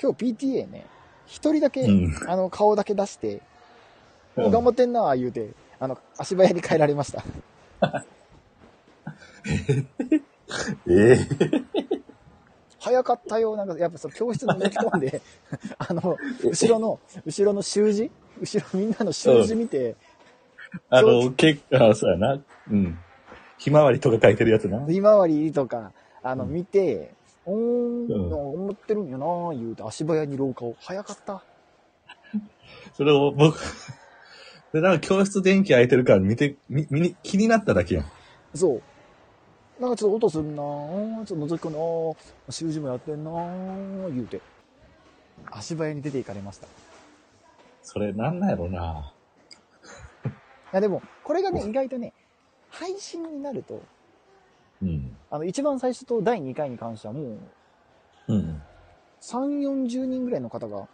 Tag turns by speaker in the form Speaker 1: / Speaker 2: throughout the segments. Speaker 1: 今日 PTA ね、一人だけ、
Speaker 2: うん
Speaker 1: あの、顔だけ出して、
Speaker 2: うん
Speaker 1: 頑張ってんな、言うて、あの、足早に帰られました。
Speaker 2: ええ
Speaker 1: 早かったよ、なんか、やっぱその教室の乗り込んで、 あの、後ろの、後ろの習字後ろみんなの習字見て、
Speaker 2: あの、結構、そうやな。うん。ひまわりとか書いてるやつな。
Speaker 1: ひまわりとか、あの、
Speaker 2: うん
Speaker 1: 見て、うー
Speaker 2: うん
Speaker 1: ん、思ってるんやなー言うて、足早に廊下を。早かった。
Speaker 2: それを僕、 で、なんか教室電気開いてるから見て、み、見に、気になっただけやん。
Speaker 1: そう。なんかちょっと音すんなーちょっと覗き込んで、あー習字もやってんなー言うて。足早に出て行かれました。い
Speaker 2: それなんなんやろな。
Speaker 1: や、でも、これがね、意外とね、配信になると、
Speaker 2: うん。
Speaker 1: あの、一番最初と第2回に関してはもう、
Speaker 2: うん。
Speaker 1: 3、40人ぐらいの方 が、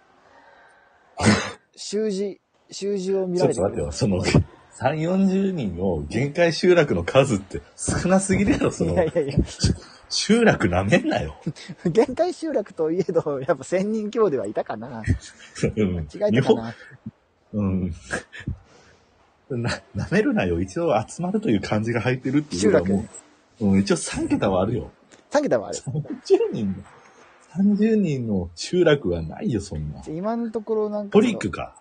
Speaker 1: 習字、習字を見ら
Speaker 2: ちょっ
Speaker 1: れてく
Speaker 2: と待って
Speaker 1: れ
Speaker 2: よ、その、3、40人を限界集落の数って少なすぎるやろ、そ
Speaker 1: い
Speaker 2: の
Speaker 1: や、いやいや、
Speaker 2: 集落なめんなよ。
Speaker 1: 限界集落といえど、やっぱ1000人強ではいたかな。
Speaker 2: うん
Speaker 1: 違えたかな。
Speaker 2: うん。な、舐めるなよ。一応集まるという感じが入ってるっていう
Speaker 1: 集
Speaker 2: のは
Speaker 1: 落
Speaker 2: も
Speaker 1: ね。
Speaker 2: う、うん、一応3桁はあるよ。
Speaker 1: 3桁はある。
Speaker 2: 30人の、30人の集落はないよ、そんな。
Speaker 1: 今のところなんか。
Speaker 2: トリックか。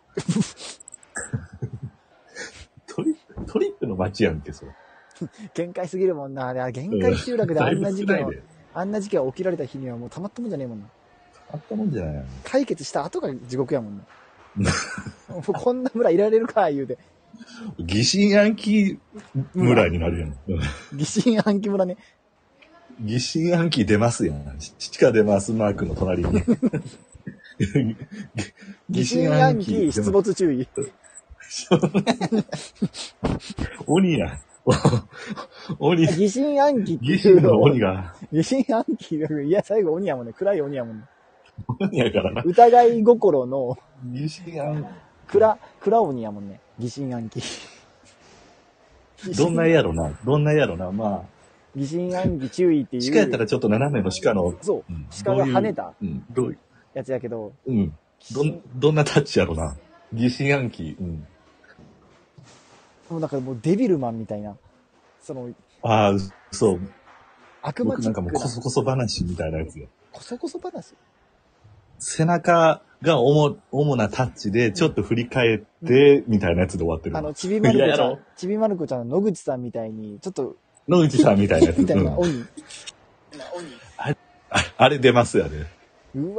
Speaker 2: トリック、トリックの街やんけ、それ。
Speaker 1: 限界すぎるもんな。あれ限界集落であんな事
Speaker 2: だい
Speaker 1: 件を
Speaker 2: ぶ少ない、で。
Speaker 1: あんな事件が起きられた日にはもうたまったもんじゃねえもんな。
Speaker 2: あったもんじゃないの
Speaker 1: 解決した後が地獄やもんな。 もうこんな村いられるか、言うて。
Speaker 2: 疑心暗鬼村になるやん。うん
Speaker 1: 疑心暗鬼村ね。
Speaker 2: 疑心暗鬼出ますやん。地下出ますマークの隣に。
Speaker 1: 疑心暗鬼
Speaker 2: 出ま
Speaker 1: 出
Speaker 2: す
Speaker 1: 没注意。
Speaker 2: 鬼や。鬼、
Speaker 1: 疑心暗鬼って
Speaker 2: 疑
Speaker 1: いう
Speaker 2: 心
Speaker 1: の
Speaker 2: の
Speaker 1: を
Speaker 2: 鬼が、
Speaker 1: 疑心暗鬼、いや、最後鬼やもんね。暗い鬼やもんね。
Speaker 2: 鬼やからな。
Speaker 1: 疑い心の
Speaker 2: 疑心暗
Speaker 1: 暗、暗鬼やもんね。疑心暗鬼。
Speaker 2: 鬼。どんな絵やろな。どんな絵やろな。ま
Speaker 1: 疑心暗鬼注意ってい
Speaker 2: あ、
Speaker 1: う。
Speaker 2: 鹿やったらちょっと斜めの鹿の、
Speaker 1: そうう。
Speaker 2: ん
Speaker 1: 鹿が跳ねた
Speaker 2: どういううん、どういう、
Speaker 1: やつやけど。
Speaker 2: うん。どん、どんなタッチやろな。疑心暗鬼。うん。
Speaker 1: もうなんかもうデビルマンみたいな。その、
Speaker 2: ああ、そう。
Speaker 1: 悪魔
Speaker 2: 僕
Speaker 1: チ
Speaker 2: なん
Speaker 1: ック
Speaker 2: か
Speaker 1: な
Speaker 2: もうこそこそ話みたいなやつよ。
Speaker 1: こそこそ話
Speaker 2: 背中が主、主なタッチで、ちょっと振り返って、みたいなやつで終わってる
Speaker 1: あ。の、ちびまる子
Speaker 2: いや
Speaker 1: ちゃ
Speaker 2: やろ
Speaker 1: ん、ちびまる子ちゃんの野口さんみたいに、ちょっと、
Speaker 2: 野口 さんみたいなやつ。
Speaker 1: みたいうなん鬼。
Speaker 2: ああれ出ますやで、
Speaker 1: うわ